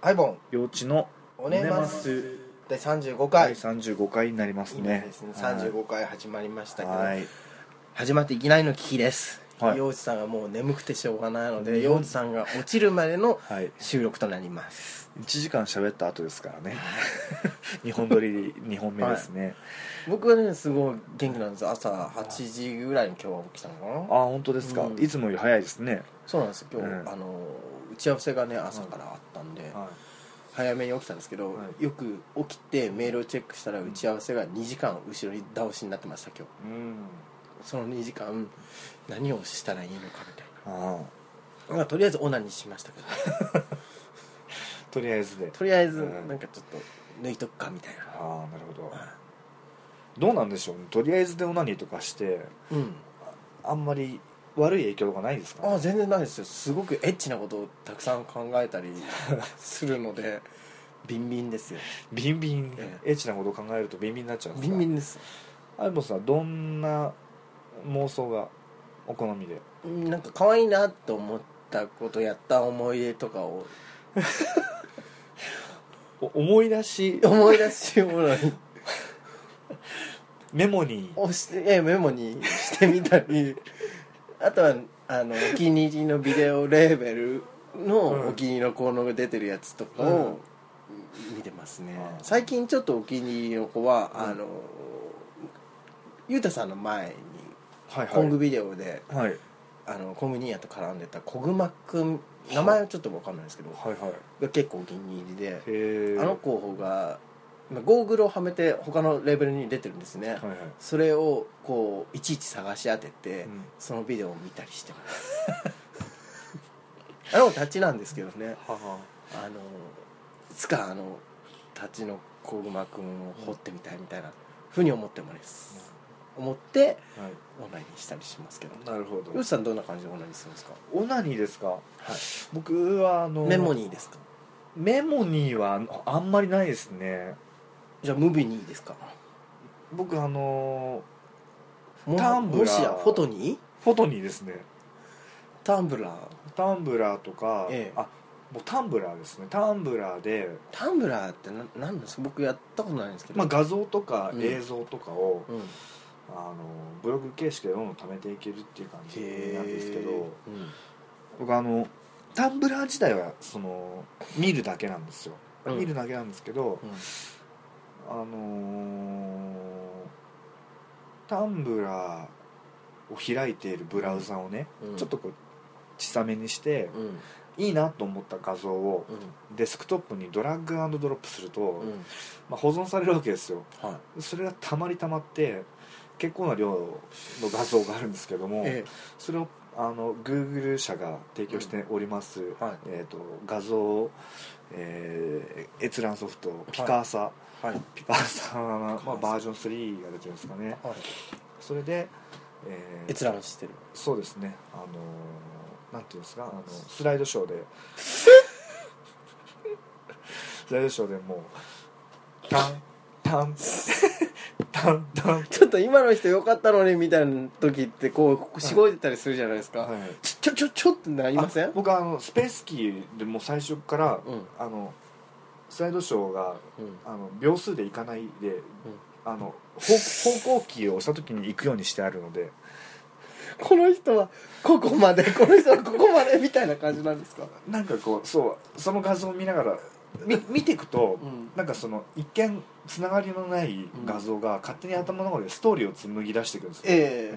アイボン幼稚のおねまおねすます第35第回35回になります今ねですね35回始まりましたけど、はい始まっていきないの危機です、はい陽一さんがもう眠くてしょうがないのうでん陽一さんが落ちるまでのはい収録となります1時間喋った後です からね二本撮り二本目ですね、僕はねすごい元気なんです朝8時ぐらいに今日は起きたのかなああ本当ですか、うんいつもより早いですね、そうなんですよ今日、うんあの打ち合わせがね朝からあったんで、早めに起きたんですけど、はよく起きてメールをチェックしたら打ち合わせが2時間後ろに倒しになってました今日うんその2時間何をしたらいいのかみたいあな、まあ、とりあえずオナニーしました けどあとりあえずでとりあえずうんなんかちょっと抜いとくかみたいなああなるほどどうなんでしょうとりあえずでオナニーとかしてうんあんまり悪い影響とかないですかあ全然ないですよすごくエッチなことをたくさん考えたり するのでビンビンですよビンビンえエッチなことを考えるとビンビンになっちゃうんでビすかンビンですあいもさんどんな妄想がお好みでうんなんか可愛いなって思ったことやった思い出とかをお思い出し思い出しものにメモに押してえメモにしてみた りあとはあのお気に入りのビデオレーベルうんのお気に入りの効能が出てるやつとかを見てますね、ああ最近ちょっとお気に入りの子は、うんあのゆうたさんの前にはいコングビデオで、はいあのコングニーヤと絡んでた小熊くん名前はちょっと分かんないですけど、はいはいが結構お気に入りでへえあの子がまあゴーグルをはめて他のレーベルに出てるんですね、はいはい、それをこういちいち探し当てて、うんそのビデオを見たりしてます あの子たちなんですけどねはあのいつかあのたちの小熊くんを掘ってみたいみたいなふうに思ってもです、思っては、はい、オンラインにしたりしますけどなるほどよしさんどんな感じでオンラインするんですか、オナニーですかはい、僕はあのメモニーですかメモニーはああんまりないですねじゃあムビニーですか僕あのもタンブラもーしやフォトニーフォトニーですねタンブラータンブラーとか、ええあもうタンブラーですねタンブラーで、タンブラーってな何なんですか僕やったことないんですけど、まあ、画像とかうん映像とかを、うん、へあのブログ形式でどんどん貯めていけるっていう感じなんですけどー、うん僕あのタンブラー自体はその見るだけなんですよ、うん見るだけなんですけど、うんあのータンブラーを開いているブラウザをね、うんちょっとこう小さめにして、うんうんいいなと思った画像をデスクトップにドラッグドロップすると、うんまあ、保存されるわけですよはいそれがたまりたまって結構な量の画像があるんですけども、えそれをあの Google 社が提供しております、はいえー、と画像、えー閲覧ソフトピカーサ、えはいピカーサピカまあ、ーサバージョン3が出てるんですかねはいそれで、えー閲覧してるそうですねあのーなんていうんですかあのスライドショー でスライドショーでもうタンタンタンタンちょっと今の人よかったのにみたいな時ってこうしごいてたりするじゃないですか、はいちょちょちょってなりませんあ僕あのスペースキーでもう最初から、うんあのスライドショーがうんあの秒数でいかないで、あの方方向キーを押した時に行くようにしてあるのでこの人はここまでこの人はここまでみたいな感じなんですかなんかこうそうその画像を見ながらみ 見ていくと、うんなんかその一見つながりのない画像が勝手に頭の中でストーリーを紡ぎ出していくんですよ、え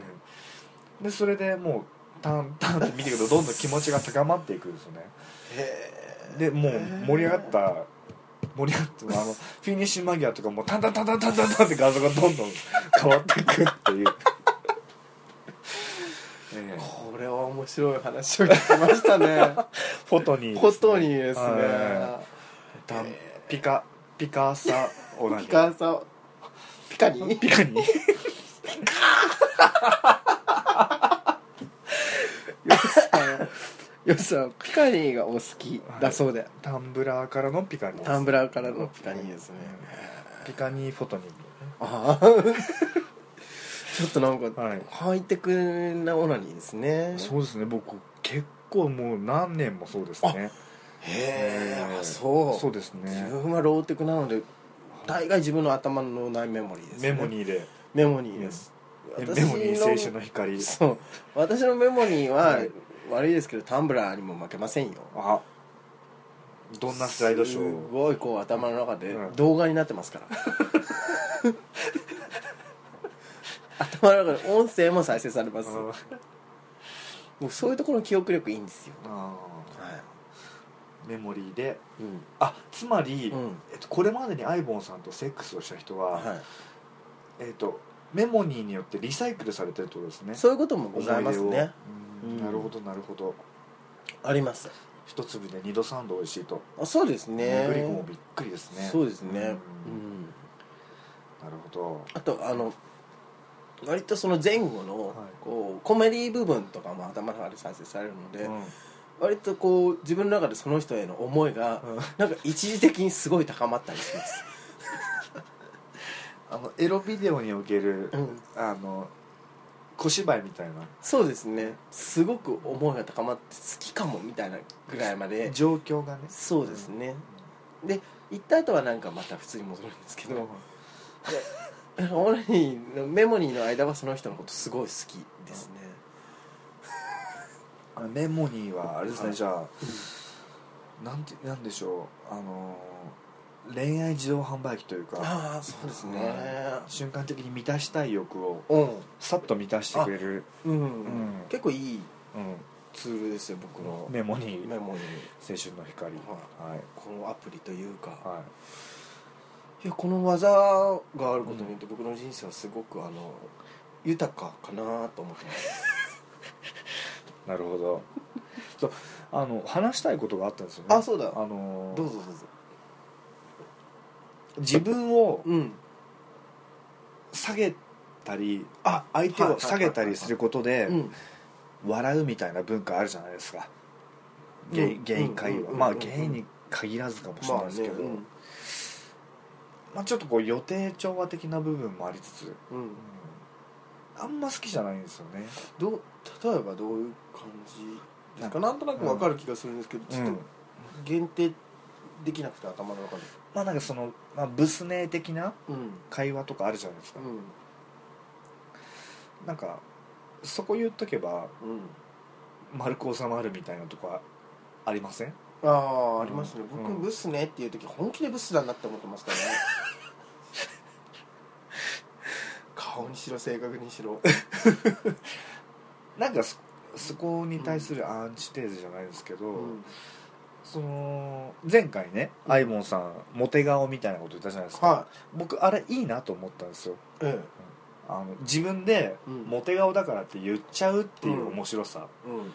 うんでそれでもうタンタンって見ていくとどんどん気持ちが高まっていくんですよねえへえでもう盛り上がった盛り上がったあのフィニッシュ間際とかもうタンタンタンタンタンタンタンって画像がどんどん変わっていくっていう、 ええこれは面白い話を聞きました ねフォトニーフォトにですねはタンピカピカサオナニピーカさピカに ピカニよしさんピカニーがお好きだそうで、タンブラーからのピカニータンブラーからのピカニーですね、ピカニーフォトニーあーちょっとなんか、はいハイテクなオナニーですねそうですね僕結構もう何年もそうですねへええーあそうそうですね自分はローテクなので大概自分の頭の脳内メモリーです、メモニーでメモニーです、メ私モニー青春の光そう私のメモニーははい悪いですけどタンブラーにも負けませんよあどんなスライドショすーごいこう頭の中でうん動画になって ますから、頭の中で音声も再生されますあもうそういうところの記憶力いいんですよあはーメモリーでい、うんあつまり、うんえっと、これまでにアイボンさんとセックスをした人は、はえっと、メモニーによってリサイクルされてるってことですねい、そういうこともございます思出ねをうんうんなるほどなるほどあります一粒で二度三度美味しいとあそうですねグリコもびっくりですねそうですね、うんんなるほどあとあの割とその前後の、はいこうコメディ部分とかも頭の中で再生されるので、うん割とこう自分の中でその人への思いが、うんなんか一時的にすごい高まったりし ます、あのエロビデオにおける、うんあの小芝居みたいなそうですねすごく思いが高まって好きかもみたいなぐらいまで状況がねそうですねで行った後はなんかまた普通に戻るんですけうんど、オナニーのメモニーの間はその人のことすごい好きですね、あメモニーはあれですね、はいじゃあなんてなんでしょうあの恋愛自動販売機というかああそうですね瞬間的に満たしたい欲をうんさっと満たしてくれる、うん、うん結構いいうん、ツールですよ僕のメモニーメモに青春の光ははい、このアプリというか、、はいやこの技があることによって僕の人生はすごくあの豊かかなと思ってますい、なるほど そうあの話したいことがあったんですよねあそうだあのどうぞどうぞ自分をうん下げたりあ相手を下げたりすることでうん笑うみたいな文化あるじゃないですかゲイうんゲイ会うんうんう話んまあゲイに限らずかもしれないまあですねけうどんまあちょっとこう予定調和的な部分もありつつうんあんま好きじゃないんですよねどう例えばどういう感じですかなんとなくわかる気がするんですけど、ちょっと限定できなくて頭の中でまあなんかそのまあブスネ的なうん会話とかあるじゃないですかうんなんかそこ言っとけばうん丸く収まるみたいなとこはありませんああありますねうん僕ブスねっていう時本気でブスだなって思ってますからね 顔にしろ性格にしろなんかそそこに対するアンチテーゼじゃないですけど、うんその前回ね、アイボンさんモテ顔みたいなこと言ったじゃないですか、は僕あれいいなと思ったんですよいえあの自分でうんモテ顔だからって言っちゃうっていう面白さ、えうん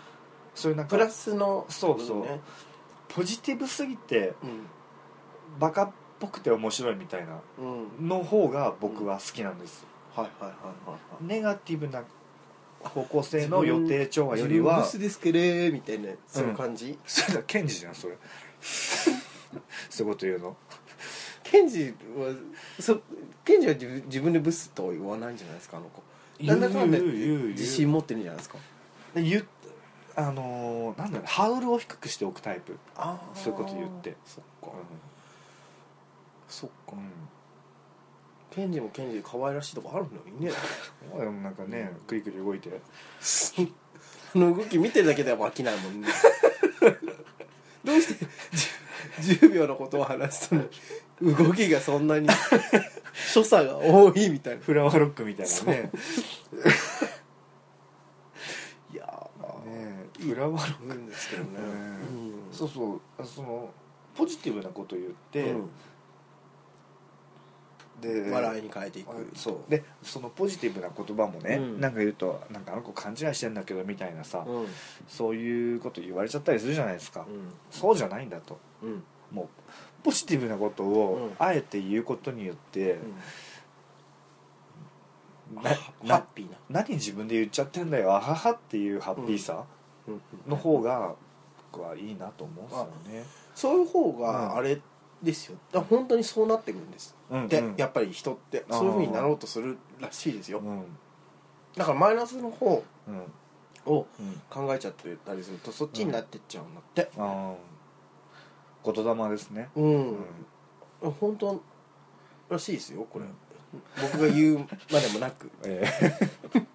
そういうなんプかラスのそうそうねポジティブすぎてうんバカっぽくて面白いみたいなうんの方が僕は好きなんです、はいはいはいはいネガティブな方向性の予定調和より自分はブスですけれーみたいなそういう感じそれだケンジじゃんそれ そういうこと言うのケンジはそケンジは自分自分でブスとは言わないんじゃないですかあの子なんだかんだ言って言う言う言う自信持ってるんじゃないですかで言っあのーなんだろうハードルを低くしておくタイプあーそういうこと言ってそっかそっかうんケンジもケンジで可愛らしいと こあるのにねお前もなんかねクリクリ動いてあの動き見てるだけでも飽きないもん ねどうしてじゅ 10, 秒のことを話すとに動きがそん なに所作が多いみたいなフラワーロックみたいなねいやーねいいフラワーロッいいんですけどね、ねうんクそうそうあそのポジティブなこと言って、うでん笑いに変えていくそうでそのポジティブな言葉もね、うんなんか言うとなんかあの子勘違いしてんだけどみたいなさ、うんうんそういうこと言われちゃったりするじゃないですか、そうじゃないんだとうんもうポジティブなことをうんあえて言うことによって、なハなッピーな何自分で言っちゃってんだよあははっていうハッピーさの方が僕はいいなと思うんですそういう方うがんあれですよだから本当にそうなってくるんですよねでうんやっぱり人ってあーそういうふうになろうとするらしいですうよんうんだからマイナスの方うんをうん考えちゃってたりするとそっちになってっちゃうんだってあー言霊ですねうん、うん本当らしいですよこれ僕が言うまでもな くええ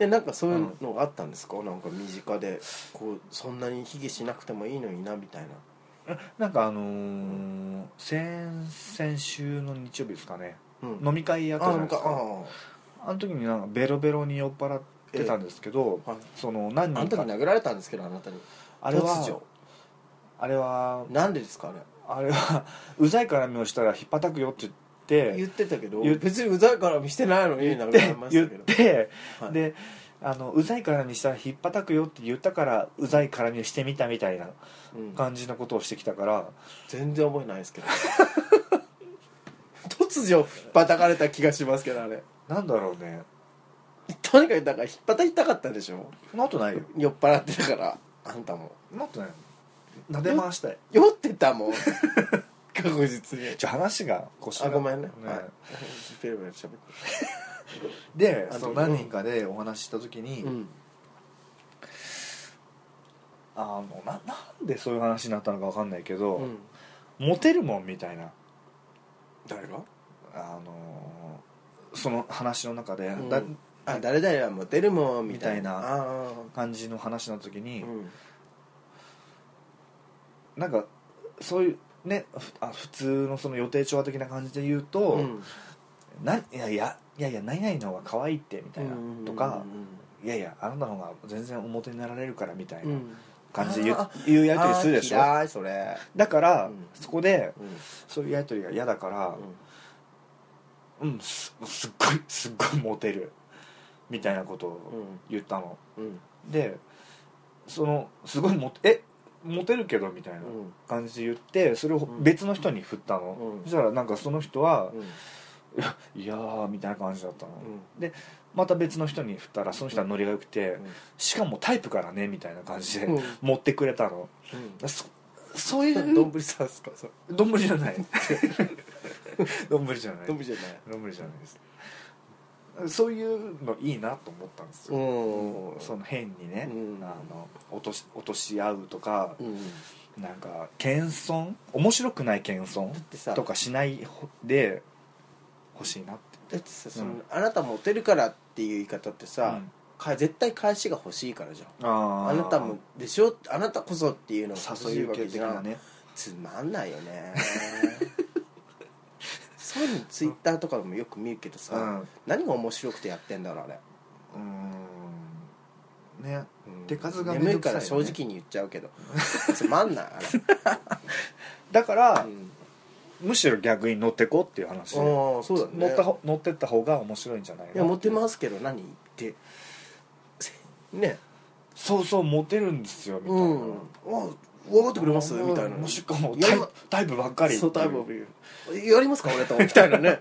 えなんかそういうのがあったんですか、なんか身近でこうそんなに卑下しなくてもいいのになみたいななんかあのー、先先週の日曜日ですかねうん飲み会やったじあゃなないんでかすあかあの時になんかベロベロに酔っ払ってたんですけど、あはいその何あの時人か殴られたんですけどあなたにあれ突は如あれはなんでですかあれあれは うざい絡みをしたらひっぱたくよって言言っってたけど言っ別にうざいから見してないのに殴られてまし言たっけどて、はいであのうざい絡みしたらひっぱたくよって言ったからうざい絡みをしてみたみたいなうん感じのことをしてきたから、全然覚えないですけど 突如ひっぱたかれた気がしますけどあれなんだろうねとにかくだからひっぱたきたかったでしょそんなことないよ酔っ払ってたからあんたもそんなことないなで回したい酔ってた もん確実にじゃ話が腰あごめんね、ねはいペラペラ喋ってであのその何人かでお話しした時に、うんあのななんでそういう話になったのか分かんないけど、うんモテるもんみたいな誰があのーその話の中で、うんだあ誰々はモテるもんみたいなみたいああ感じの話の時に、うんなんかそういうねふあ普通のその予定調和的な感じで言うと、うんないやいやいやいや何々の方が可愛いってみたいな、とか、いやいやあなたの方が全然表になられるからみたいうんうなん感じで言,、あ言うやり取りするでしあょー嫌いそれだから、うんそこでうんそういうやり取りが嫌だからうんうん、すすっごい すっごいモテるみたいなことを言ったの、うんうんでそのすごいモテえモテるけどみたいなうん感じで言ってそれをん別の人に振ったの、うんそしたらなんかその人はうん「いやー」みたいな感じだったの、うんでまた別の人に振ったらその人はノリが良くて、うんしかもタイプからねみたいな感じでうん持ってくれたの、うんそそういどうんぶりさんすかそれどんぶりじゃ ないどんぶりじゃないどんぶりじゃないどんぶりじゃないですそういうのいいなと思ったんですよ、うんその変にね、うんあの落とし落とし合うとかう、んなんか謙遜面白くない謙遜てさとかしないほで欲しいなってだってさそうのんあなたモテるからっていう言い方ってさうんか絶対返しが欲しいからじゃんああなたもでしょあなたこそっていうのが誘誘いうわ受けけ的じゃなんねつまんないよねそういうのツイッターとかでもよく見るけどさ、うん何が面白くてやってんだろうあれ、うーんねうん手数がめん眠どいくさかいよらね正直に言っちゃうけどつまんないあれ、だ からう、ん、むしろ逆に乗ってこうっていう話ああそうだね乗ったほ乗ってった方が面白いんじゃないのいやモテすますけど何ってねそうそうモテるんですよみたいな、うんあ分かってくれますみたいなもしかもやタイりまプタイプばっかりそうタイプやりますか俺とみたいな ね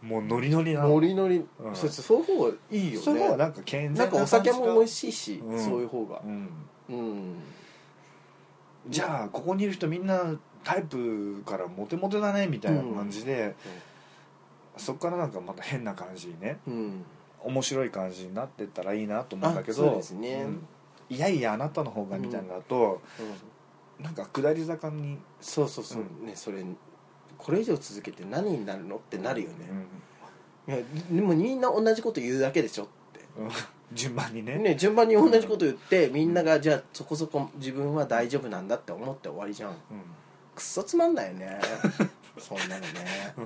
もうノリノリなのノリノリ、うんそうそういう方がいいよねそういう方がなんか健全なんかお酒も美味い、しいし、うんそういう方がうん、うんじゃあここにいる人みんなタイプからモテモテだねみたいな感じで、そっからなんかまた変な感じにねうん面白い感じになってったらいいなと思うんだけどあそうですねうんいやいやあなたの方がみたいなのだと、うんなんか下り坂に、そうそうそう、うねそれこれ以上続けて何になるのってなるようね、いんやでもみんな同じこと言うだけでしょっうん順番にねてね順番に同じこと言ってみんながじゃあそこそこ自分は大丈夫なんだって思って終わりじゃんうくっそつまんないよ ねそんなのねん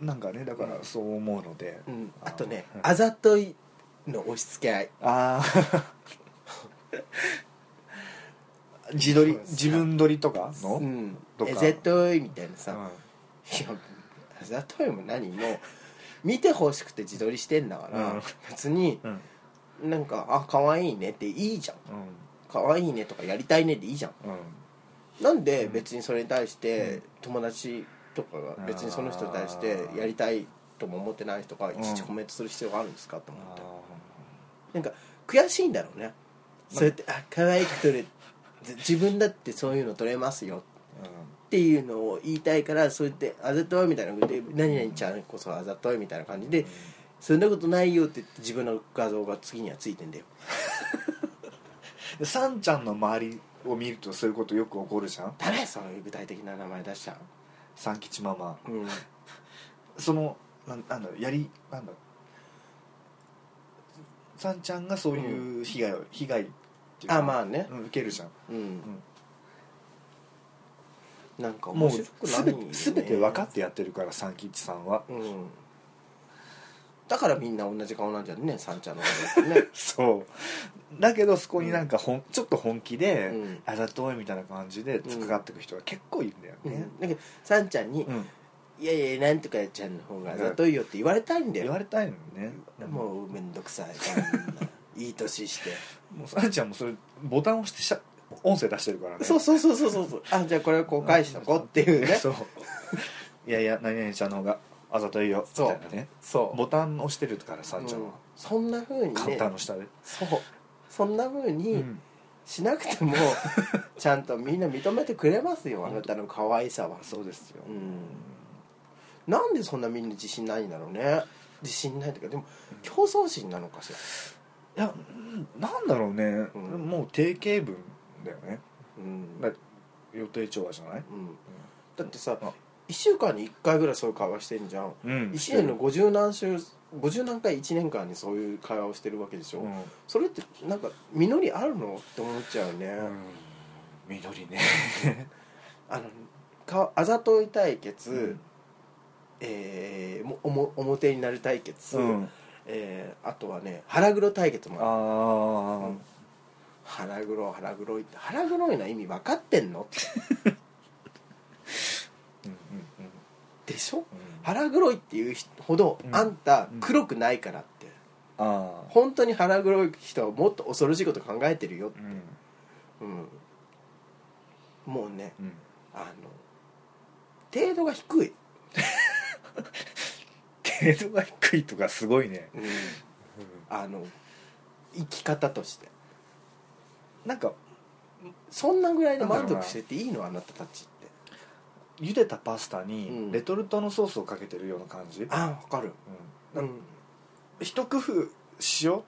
うんなんかねだからそう思うので、うんあとねうんあざといの押し付け合いああ自撮り自分撮りとかの、ううんんとかえざといみたいなさ、いやあざといも何も見てほしくて自撮りしてんだから、うん別にうんなんか「あ可愛いね」っていいじゃん可愛いねとかやりたいねでいいじゃんうなんで別にそれに対して友達とかが別にその人に対してやりたいとも思ってない人がいちいちコメントする必要があるんですかと思ってなんか悔しいんだろうねそうやって「あ可愛く撮れ自分だってそういうの撮れますよ」っていうのを言いたいからそうやって「あざとい」みたいなことで「何々ちゃんこそあざとい」みたいな感じで「そんなことないよ」って言って自分の画像が次にはついてんだよん、さんちゃんの周りを見るとそういうことよく起こるじゃん誰その具体的な名前出したん三吉ママうんそのなんなんだろうやりなんだろうさんちゃんがそういう被害を、被害っていうかあまあねうん、受けるじゃんうんなんか面もう白くないすべてすべて分かっててやってるから三吉さんは うんだからみんな同じ顔なんじゃねサンちゃんの顔だ ってねそうだけどそこになんかほん、ちょっと本気で、うんあざといみたいな感じで突っかかってく人が結構いるんだよねね、だけどサンちゃんにうん「いやいやなんとかちゃんの方があざといよ」って言われたいんだ言よわれたいのねももうめんどくさいそんないい年 してうもうさなちゃんもそれボタン押してしゃ音声出してるからねそうそうそうそうそうそうあじゃあこれをこう返しとこうっていうねそういやいや何々ちゃんの方があざといよみそうたいなねそうボタン押してるからさんちゃんうんは、そんなふうにカウンねターの下で、そうそんなふううにんしなくて もちゃんとみんな認めてくれますよあなたの可愛さはそうですよ、うんなんでそんなみんな自信ないんだろうね自信ないというかでも競争心なのかしらいやうんなんだろうね、うんもう定型文だよねうんだ予定調和じゃないうんだってさあ1週間に1回ぐらいそういう会話してんじゃんうん1年の50何週50何回1年間にそういう会話をしてるわけでしょ、うん、うんそれってなんか実りあるのって思っちゃうね、緑ね、あのかあざとい対決、うんえーもおも表になる対決、うん、えーあとはね腹黒対決もあるああ、うん腹黒腹黒いって腹黒いな意味分かってんのうんうんうんでしょうん腹黒いっていう人ほど、うんあんたうん黒くないからってああ本当に腹黒い人はもっと恐ろしいこと考えてるよ、うんうん、もうねうんあの程度が低い、程度が低いとかすごいね、うんあの生き方としてなんかそんなぐらいの満足してていいのあなたたちって茹でたパスタうにんレトルトのソースをかけてるような感じ、うんあわかるなうんかん一工夫しようっ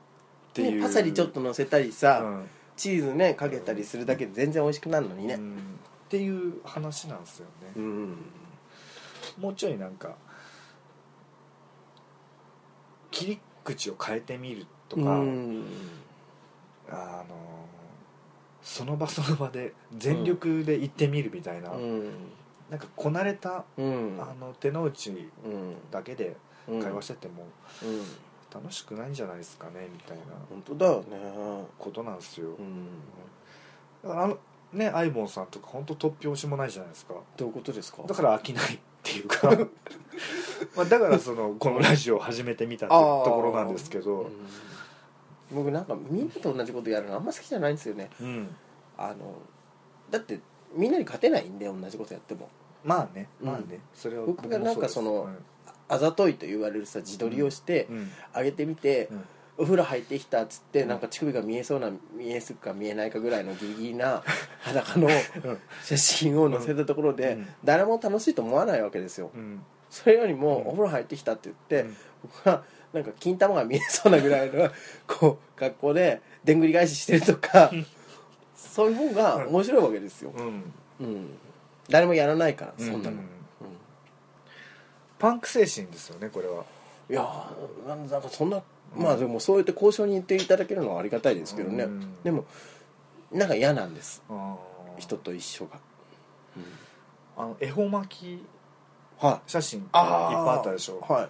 ていう、ね、パセリちょっと乗せたりうさ、ん、チーズねかけたりするだけで全然美味しくなるのにうねんっていう話なんですようね、ん、もうちょいなんか切り口を変えてみるとか、うんあのその場その場で全力で行ってみるみたいな、うんなんかこなれた、うんあの手の内うんだけでうん会話しててもうん楽しくないんじゃないですかねみたいな本当だよねことなんですよ、うんだからあのねアイボンさんとか本当突拍子もないじゃないですかどういうことですかだから飽きないってい うかまあだからそのこのラジオを始めてみたってとあーころなんですけうどん僕なんかみんなと同じことやるのあんま好きじゃないんですよねうん、あのだってみんなに勝てないんで同じことやってもまあねうんまあね、それは僕がなんかその僕もうあざといと言われるさ自撮りをしてですうんあげてみて、うんお風呂入ってきたっつってうんなんか乳首が見えそうな見えすくか見えないかぐらいのギリギリな裸 のうん写真を載せたところうでん誰も楽しいと思わないわけですようんそれよりうんもお風呂入ってきたって言ってうん僕はなんか金玉が見えそうなぐらい のこう格好ででんぐり返ししてるとかそういう方が面白いわけですよ、うんうん、誰もやらないからそんなの、ううんんパンク精神ですよねこれはいやーなんなんかそんなまあでもそうやって交渉に行っていただけるのはありがたいですけどね、うんでもなんか嫌なんですあー人と一緒が、あの恵方巻きはい写真いっぱいあーあったでしょはい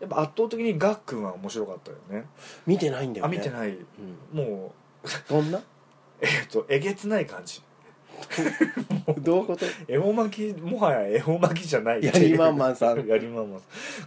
やっぱ圧倒的にガックンは面白かったよね見てないんだよあね見てい、ないうん、もどんなうえっとえげつない感じ どういうこと恵方巻きもはや恵方巻きじゃないやりまんまんさん、 やりまんまん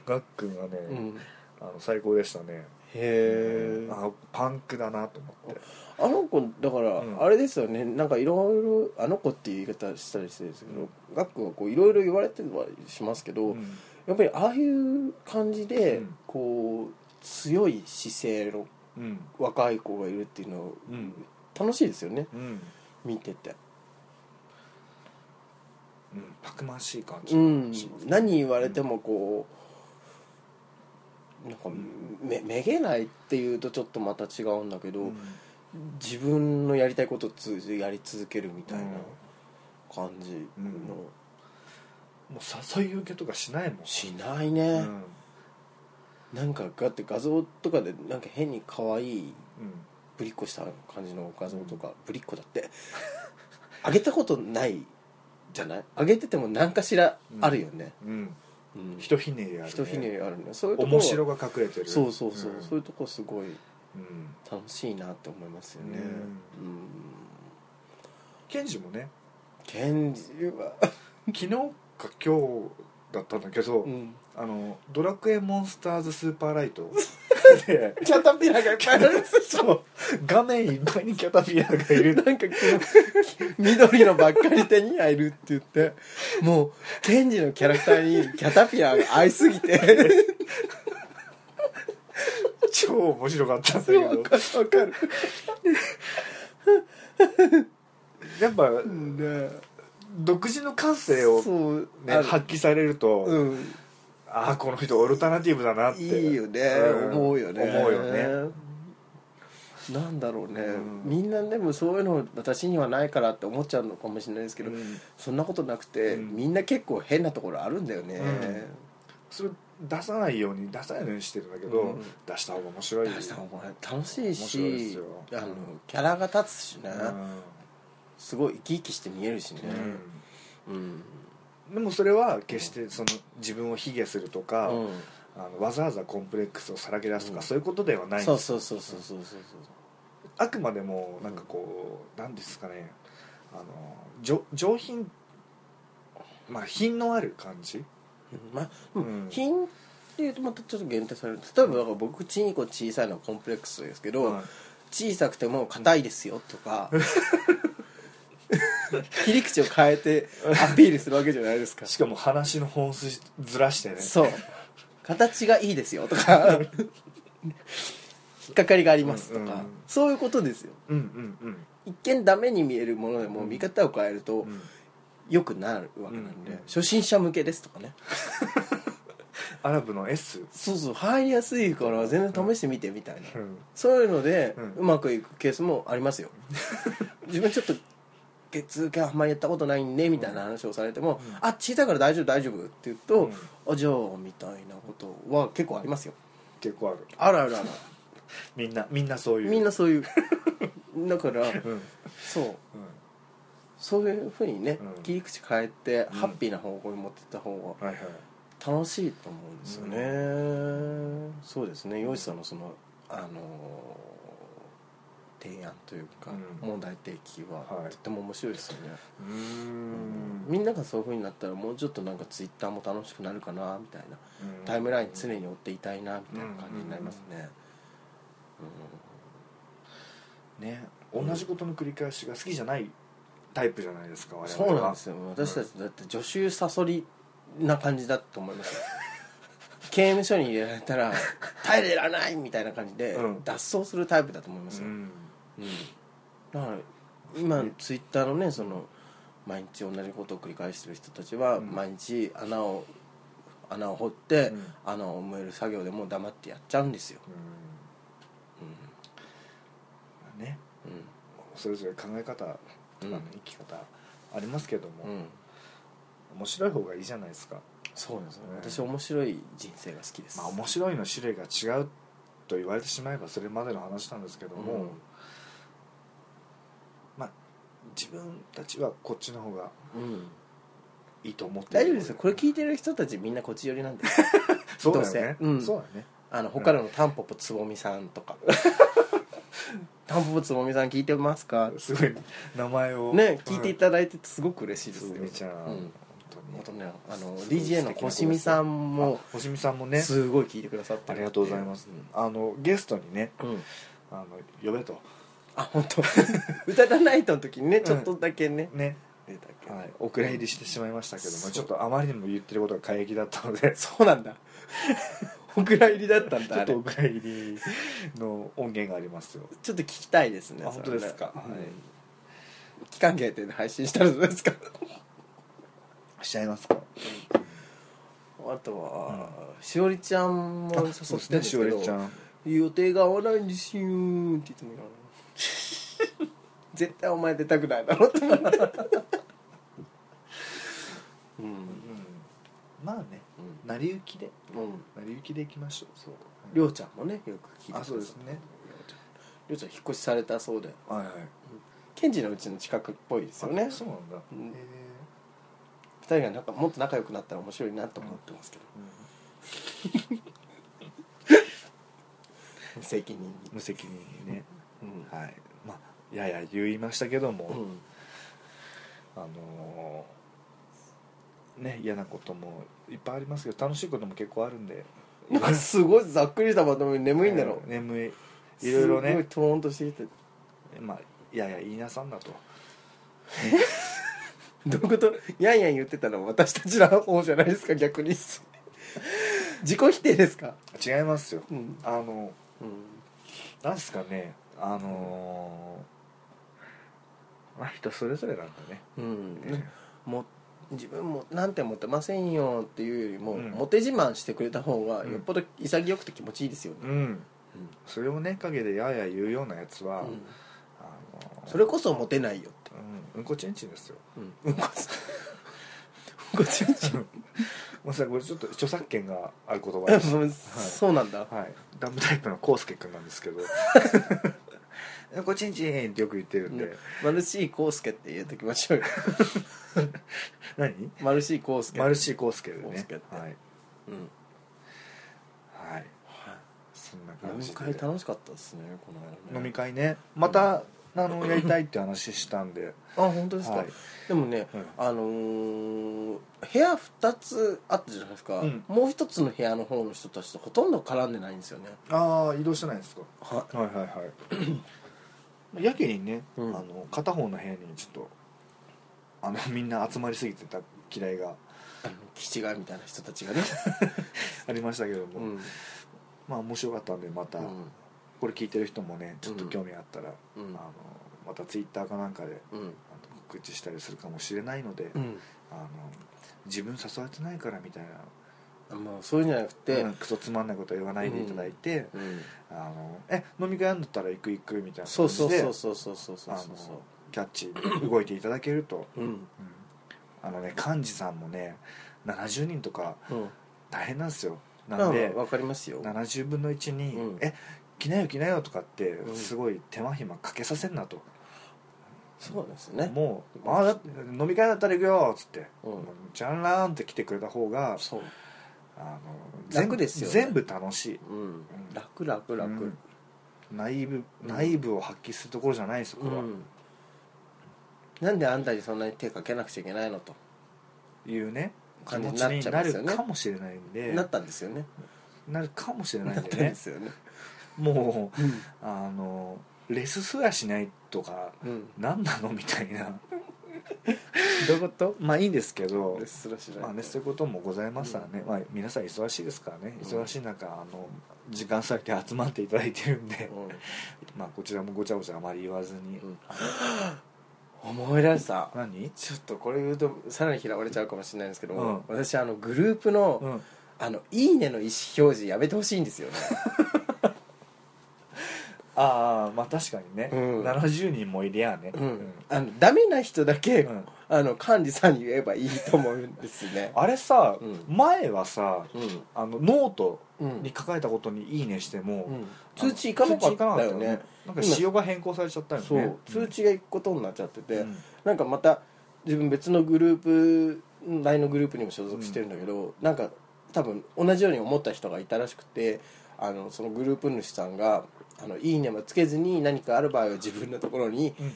ガックンはね、うん、へあの最高でしたねえあパンクだなと思ってあの子だからうんあれですよね、なんかいろいろあの子っていう言い方したりしてるんですけど、ガックはこういろいろ言われてはしますけど、うんやっぱりああいう感じで、うんこう強い姿勢のうん若い子がいるっていうのうん楽しいですよねうん、見てて、うん、たくましい感じうんします、何言われてもこうなんかめめげないっていうとちょっとまた違うんだけど、うん自分のやりたいことをつやり続けるみたいな感じうんうんの、もう誘い受けとかしないもんしないうね、んなんかだって画像とかでなんか変に可愛いうんぶりっこした感じの画像とかぶりっこだって 上げたことないじゃない上げてても何かしらあるよね、うんうんひとひねりある、ね、ひとひねりあるねそういうところ面白が隠れてるそうそうそう、んそういうとこすごいうん楽しいなって思いますよねうんケンジもね賢治は昨日か今日だったんだけど、うんあの「ドラクエモンスターズスーパーライト」 で キャタピラーがいっぱいあるそう画面いっぱいにキャタピラーがいるなんかこう 緑のばっかり手に入るって言ってもうケンジのキャラクターにキャタピラーが合いすぎて超面白かったんだけわどかるわかるやっぱね独自の感性を、そうね、ある発揮されると、うんああこの人オルタナティブだなっていいよねうん思うよね思うよねなんだろうね、うんみんなでもそういうの私にはないからって思っちゃうのかもしれないですけど、うんそんなことなくて、うんみんな結構変なところあるんだよね、それ出さないように出さないようにしてるんだけど、うん出した方が面白い大した方が楽しい面白いですしよあのキャラが立つしね、うんすごい生き生きして見えるしねうん、うんでもそれは決してその自分を卑下するとか、うんあのわざわざコンプレックスをさらけ出すとか、うんそういうことではないんそうですそうそうそうそうそうあくまでもなんかこう何ですかねあの上上品まあ品のある感じうんまあ、うんうん品っていうとまたちょっと限定される例えばだから僕ちいこ小さいのはコンプレックスですけど、はい小さくても硬いですよとか切り口を変えてアピールするわけじゃないですかしかも話の本数ずらしてねそう形がいいですよと か引っかかりがありますとか、うんそういうことですようんうん一見ダメに見えるものでも見方を変えるとうんうん良くなるわけなんで、うんうん初心者向けですとかねアラブの S そうそう入りやすいから全然試してみてみたいな、うんそういうのでうんうまくいくケースもあり ますよ自分ちょっと月があんまりやったことないんでみたいな話をされても「うんあっ小さいから大丈夫大丈夫」って言うとうん「あじゃあ」みたいなことは結構ありますよ結構あるあるあるあるみんなみんなそういうみんななそういうだからうんうんそうそういうふうにね、うん切り口変えてうんハッピーな方向に持ってった方はいはいが楽しいと思うんですよね、そうですね洋一さんのそのあのー提案というか、うん問題提起ははいとても面白いですよね、うーんみんながそういうふうになったらもうちょっとなんかツイッターも楽しくなるかなみたいなうんタイムライン常に追っていたいなみたいな感じになりますね、ね同じことの繰り返しが好きじゃないタイプじゃないですか我々はそうなんですよ私たちだって女囚サソリな感じだと思います よ刑務所に入れられたら耐えれられないみたいな感じでうん脱走するタイプだと思いますうよ、んうんだから今ツイッターのねその毎日同じことを繰り返してる人たちはうん毎日穴を穴を掘って、うん穴を埋める作業でもう黙ってやっちゃうんですよ、うんねうそれぞれ考え方とかね、うん生き方ありますけども、んうん、面白い方がいいじゃないですか、そうなんですよねうん私面白い人生が好きです、まあ、面白いの種類が違うと言われてしまえばそれまでの話なんですけども、うんまあ自分たちはこっちの方がうんいいと思って大丈夫ですよこれ聞いてる人たちみんなこっち寄り なんでそうどだよね、うせうんそうだねあの他のタンポポつぼみさん とかタンポポつぼみさん聞いてますかすごい名前をね聞いていだただいてすごく嬉しいですすよみちゃん、う本ん、あ当とにねあのすごい DJ の星見さんもあ星見さんもねすごい聞いてくださってあるりがとうございます、あのゲストにねうんあの呼べとあ本当 歌だないとの時にねちょっとだけね、ね出たけどはい、お蔵入りしてしまいましたけどそもうちょっとあまりにも言ってることが過激だったの でちそうなんだお蔵入りだったんょだあっれとお蔵入りの音源がありますよちょっと聞きたいですねあそれ本当ですかねはいうん期間限定で配信したらどうです かしちゃいますかあとは、しおりちゃんも誘ってるんですしおけりどちゃん予定が合わないんですよって言ってもいいかな 絶対お前出たくないだろって思ってううんんまあね成り行きでうんうん成り行きで行きましょうそうはいりょうちゃんもねよく聞いてくださあそうですねりょうちゃん引っ越しされたそうではいはいケンジのうちの近くっぽいですよねそうなんだ、うんへえ二人がなんかもっと仲良くなったら面白いなと思ってますけどうん無責任に無責任にねうんはいまあやや言いましたけども、うんあのーね嫌なこともいっぱいありますけど楽しいことも結構あるんでなんかすごいざっくりしたまとめ眠いんだろえー眠いいろすいろごいねトーンとしてきてまあいやいや言いなさんなとどういうことやんやん言ってたのは私たちの方じゃないですか逆に自己否定ですか違いますようんあのうなんですかねあのーまあ人それぞれなんだねん、えも自分もなんてモテませんよっていうよりも、うんモテ自慢してくれた方がうんよっぽど潔くて気持ちいいですよねー、うんそれをね陰でやや言うようなやつうは、んあのーそれこそモテないよってうん、うんこちんちんですようんうんこちうんこちんちんもうさこれちょっと著作権がある言葉あで すもうそうなんだはい、ダムタイプのコウスケくんなんです けど「うんこちんちん」ってよく言ってるんで、マルシーコウスケって言っときましょう よ何マルシーコウスケマルシーコウスケでコウスねケってうはい、んはい、そんな飲感みじで会楽しかったですねこの間ね飲み会ねまた、あのやりたいって話したんで、あ本当ですか、はいでもねうんあのー部屋2つあったじゃないですか、うんもう1つの部屋の方の人たちとほとんど絡んでないんですよねああ移動してないんですかははいはいはい やけにね、うんあの片方の部屋にちょっとあの みんな集まりすぎてた嫌いがあの気違いみたいな人たちが ね、ありましたけどうも、んまあ面白かったんでまた、うんこれ聞いてる人もねちょっと興味あったら、うあんのまたツイッターかなんかでうんあの告知したりするかもしれないので、うんあの自分誘われてないからみたいな、あまあそういうんじゃなくて、うんクソつまんないことは言わないでいただいて、うんあのえ飲み会あんだったら行く行くみたいなそ感うそじうでそうそうそうそうそうあのそうそキャッチ動いていただけると、ううんうんあのね幹事さんもね70人とかうん大変なんですよななんんででわかりますよ70分の1に「うんえ来なよ来なよ」とかってうんすごい手間暇かけさせんなと。そうですねもう「あだ飲み会だったら行くよ」っつって「うんもうじゃんらーん」って来てくれた方がそうあの楽全部ですよね全部楽しいうん楽楽楽うん内部内部を発揮するところじゃないですこれは、うんなんであんたにそんなに手かけなくちゃいけないのというね気感じ持にちなっにちゃいますよなるねかもしれないんでなったんですよねなるかもしれないなんっでたんでねすよねもうんうあのレスすらしないとかうん何なのみた いなどういうことまあいいんですけどレッスラしないまあね、そういうこともございますからね、まあ、皆さん忙しいですからねうん忙しい中、あの時間割いて集まっていただいてるんで、うまあ、こちらもごちゃごちゃあまり言わずに、ん思い出した何、ちょっとこれ言うとさらに嫌われちゃうかもしれないんですけども、う私あのグループの「うん、あのいいね」の意思表示やめてほしいんですよねああまあ確かにね、うん70人もいりゃあね、うん、うんあのダメな人だけ、うんあの管理さんに言えばいいと思うんですねあれさ、うん前はさうんあのノートうんに書かれたことに「いいね」しても、うんあの通知いかなか通知ったよねなんか仕様が変更されちゃったよねそう通知が行くことになっちゃってて、うんなんかまた自分別のグループ LINE のグループにも所属してるんだけど、なんか多分同じように思った人がいたらしくてあのそのグループ主さんが「あのいいね」もつけずに何かある場合は自分のところにうん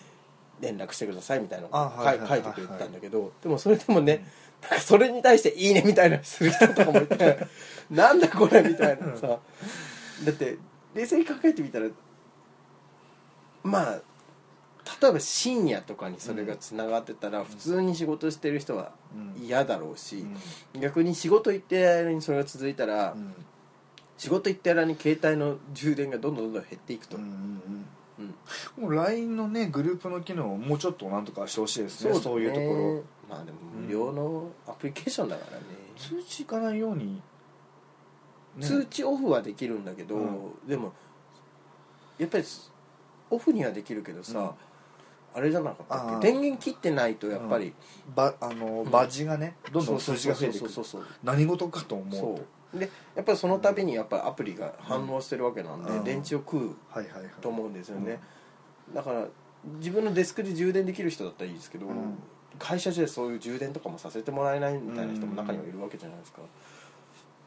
連絡してくださいみたいなのあをはいはい書はいい書はいいてくれてたんだけどでもそれでもね、なんかそれに対して「いいね」みたいなのする人とかもいて なんだこれみたいなさだって冷静に考えてみたらまあ例えば深夜とかにそれがつながってたら普通に仕事してる人はうん嫌だろうしう、ん逆に仕事行ってる間にそれが続いたら、うん仕事行ってる間に携帯の充電がどんどんどんどん減っていくと、うんうんうんうんもう LINE のねグループの機能をもうちょっとなんとかしてほしいですねそういうところまあでも無料のアプリケーションだからね、通知いかないように、ね通知オフはできるんだけど、うでもやっぱりすオフにはできるけどさ、あれじゃなかったあっーけ電源切ってないとやっぱり、ばあのうんバッジがね、どんどんそうそ数字うが増えてくそるうそうそう何事かと思うそうでやっぱりその度にやっぱりアプリが反応してるわけなんで、うん電池を食うはいはいはいと思うんですよね、だから自分のデスクで充電できる人だったらいいですけど、うん会社でそういう充電とかもさせてもらえないみたいな人も中にはいるわけじゃないですか、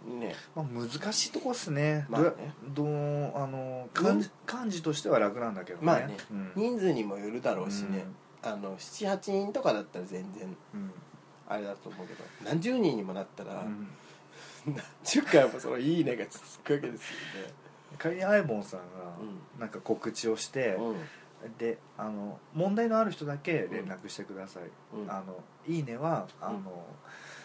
ねまあ、難しいとこっすね,まどあうねや、どうあの漢字漢字としては楽なんだけどね,、まあねうん、人数にもよるだろうしね、あの78人とかだったら全然うん、うんあれだと思うけど何十人にもなったら、うん何十回もその「いいね」がつくわけですよね仮にアイボンさんがうんなんか告知をして、うであの問題のある人だけ連絡してください、んうんあのいいねはあの、うん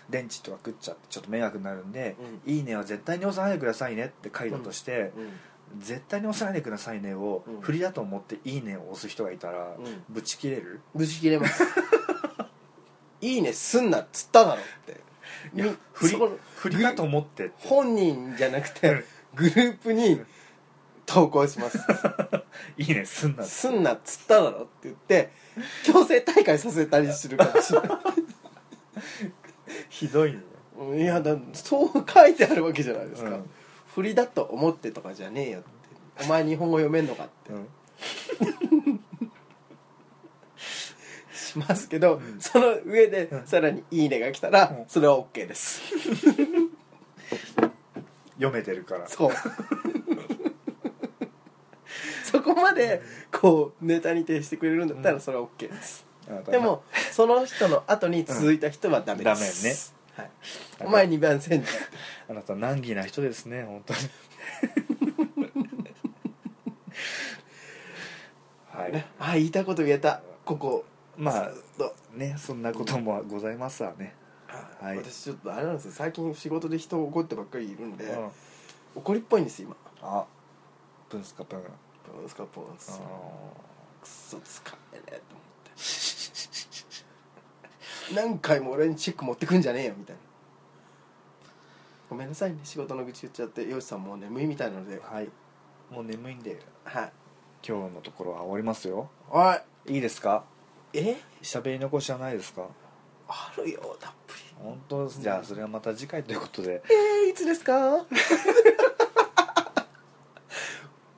電池とか食っちゃってちょっと迷惑になるんで、ういいねは絶対に押さないでくださいねって書いたとして、絶対に押さないでくださいねをうん振りだと思っていいねを押す人がいたら、うんぶち切れる無事切れます いいねすんなっつっただろっていやみ振りそこの振りだと思って本人じゃなくうてんグループに投稿します いいねすんなすんなっつっただろって言って強制大会させたりするかもしれなひどいね いいやだそう書いてあるわけじゃないですか、うん振りだと思ってとかじゃねえよってお前日本語読めんのかってうんしますけど、うんその上でうんさらに「いいね」が来たら、うんそれは OK です読めてるから そうそこまでこうネタに呈してくれるんだったうらんそれは OK です、あなたでもその人の後に続いた人はダメです、ダメね、はい、お前2番線あなた難儀な人ですね本当に はいああ言いたいこと言えたここまあとねそんなこともございますわね、はい私ちょっとあれなんですよ最近仕事で人を怒ってばっかりいるんで、うん怒りっぽいんです今あプンスカプンあポンスカポンスカークソ使えねえと思って何回も俺にチェック持ってくんじゃねえよみたいなごめんなさいね仕事の愚痴言っちゃって漁師さんもう眠いみたいなのではいもう眠いんではい今日のところは終わりますよおいいいですかえ喋り残しはないですかあるよたっぷり本当ですじゃあそれはまた次回ということでえー、いつですか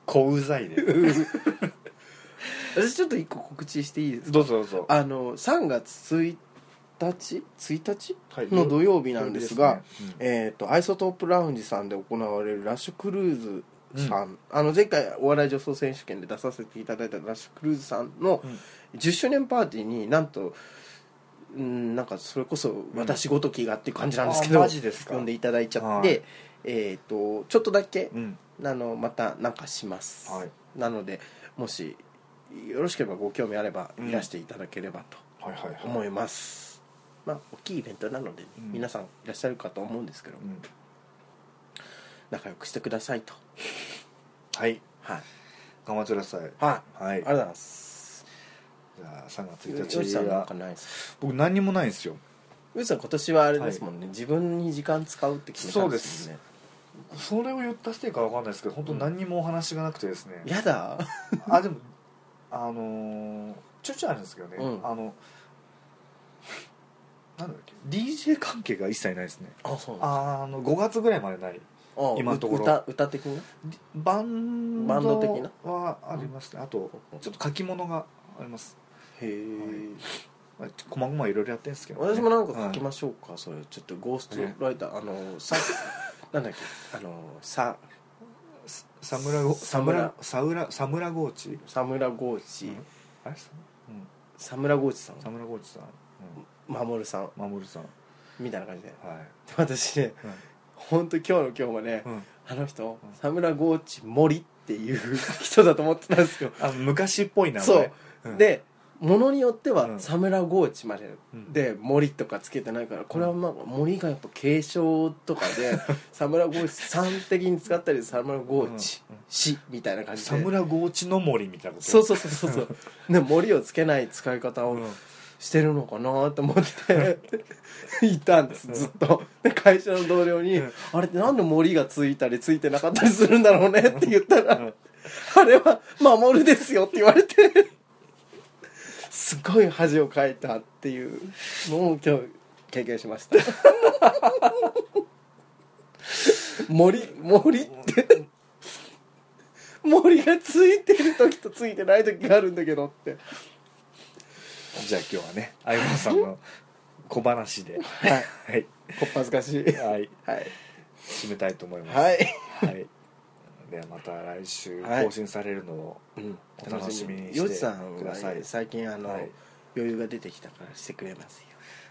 小うざいで私ちょっと一個告知していいですかどうぞどうぞあの3月1日1日はいの土曜日なんですが、うんえー、とアイソトープラウンジさんで行われるラッシュクルーズさん、あの前回お笑い女装選手権で出させていただいたラッシュクルーズさんのうん10周年パーティーになんとうんなんかそれこそ私ごときがっていう感じなんですけど、あマジですか呼んでいただいちゃっはいて、えー、とちょっとだけうんあのまたなんかします、はいなのでもしよろしければご興味あればうんいらしていただければとはいはいはい思います、まあ大きいイベントなので、うん皆さんいらっしゃるかと思うんですけど、うん仲良くしてくださいとはいはい頑張ってくださいはい、はありいがとうございますじゃあ3月よ1し日さんなんはかないです僕何にもないんですよよしさん今年はあれですもんね、自分に時間使うって決めたんですもんねそれを言ったせいかわかんないですけど本当何にもお話がなくてですねやだあでもあのーちょいちょいあるんですけどねうんあのなんだっけ DJ 関係が一切ないですねあそうなんあーあの5月ぐらいまでないあ今のところ歌歌的にバンバンド的ドはありますねあとちょっと書き物がありますへえ、まあこまごまいろいろやってるんですけどね、私もなんか書きはましょうか、それちょっとゴーストライター、あの さなんだっけあのさいササムラゴササムムララサウラサムラゴーチサムラゴーチ、うんあれサ,、うん、サムラゴーチさんサムラゴーチさん、マモルさんうん、マモルさんはみたいな感じでい、で私ね本当今日の今日まで、うんうん、あの人サムラゴーチ森っていう 人だと思ってたんですよあ昔っぽい名前そう、ん、でものによってうはんサムラゴーチまでうんで森とかつけてないからこれはまあ森がやっぱ継承とか でサムラゴーチさん的に使ったりサムラゴーチうんうん氏みたいな感じでサムラゴーチの森みたいなことそうそうそうそうそうで森をつけない使い方をんしてるのかなと思って いたんですずっとで会社の同僚にうん「あれってなんで森がついたりついてなかったりするんだろうね」って言ったらうんあれは「守るですよ」って言われてすごい恥をかいたっていうのを今日経験しま した森森って森がついてる時とついてない時があるんだけどってじゃあ今日はね相葉さんの小話ではいはい、こっぱずかしいはい、はい締めたいと思いますはい、はい、ではまた来週はい更新されるのを、お楽しみにしてよちさんくだはさい最近あの、はい余裕が出てきたからしてくれますよ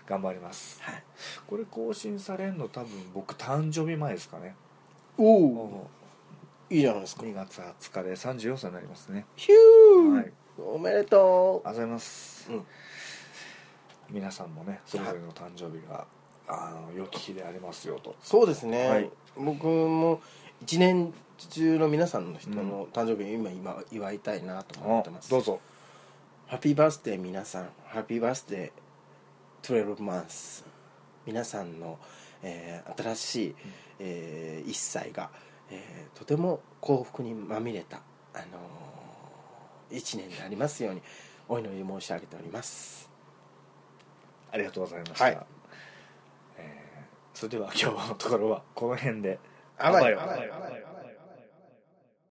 頑張りますはいこれ更新されるの多分僕誕生日前ですかねおお2いいじゃないですか月20日で34歳になりますねヒュー、はいおめでとありがとうございます、うん皆さんもねそれぞれの誕生日が、あの良き日でありますよとうそうですね、はい僕も一年中の皆さんの人の誕生日を今今祝いたいなと思ってます、どうぞハッピーバースデー皆さんハッピーバースデー12マンス皆さんの、えー新しい、え1歳が、えーとても幸福にまみれた、あの1年でありますようにお祈り申し上げておりますありがとうございました、はいえーそれでは今日のところはこの辺で甘い甘い甘い甘い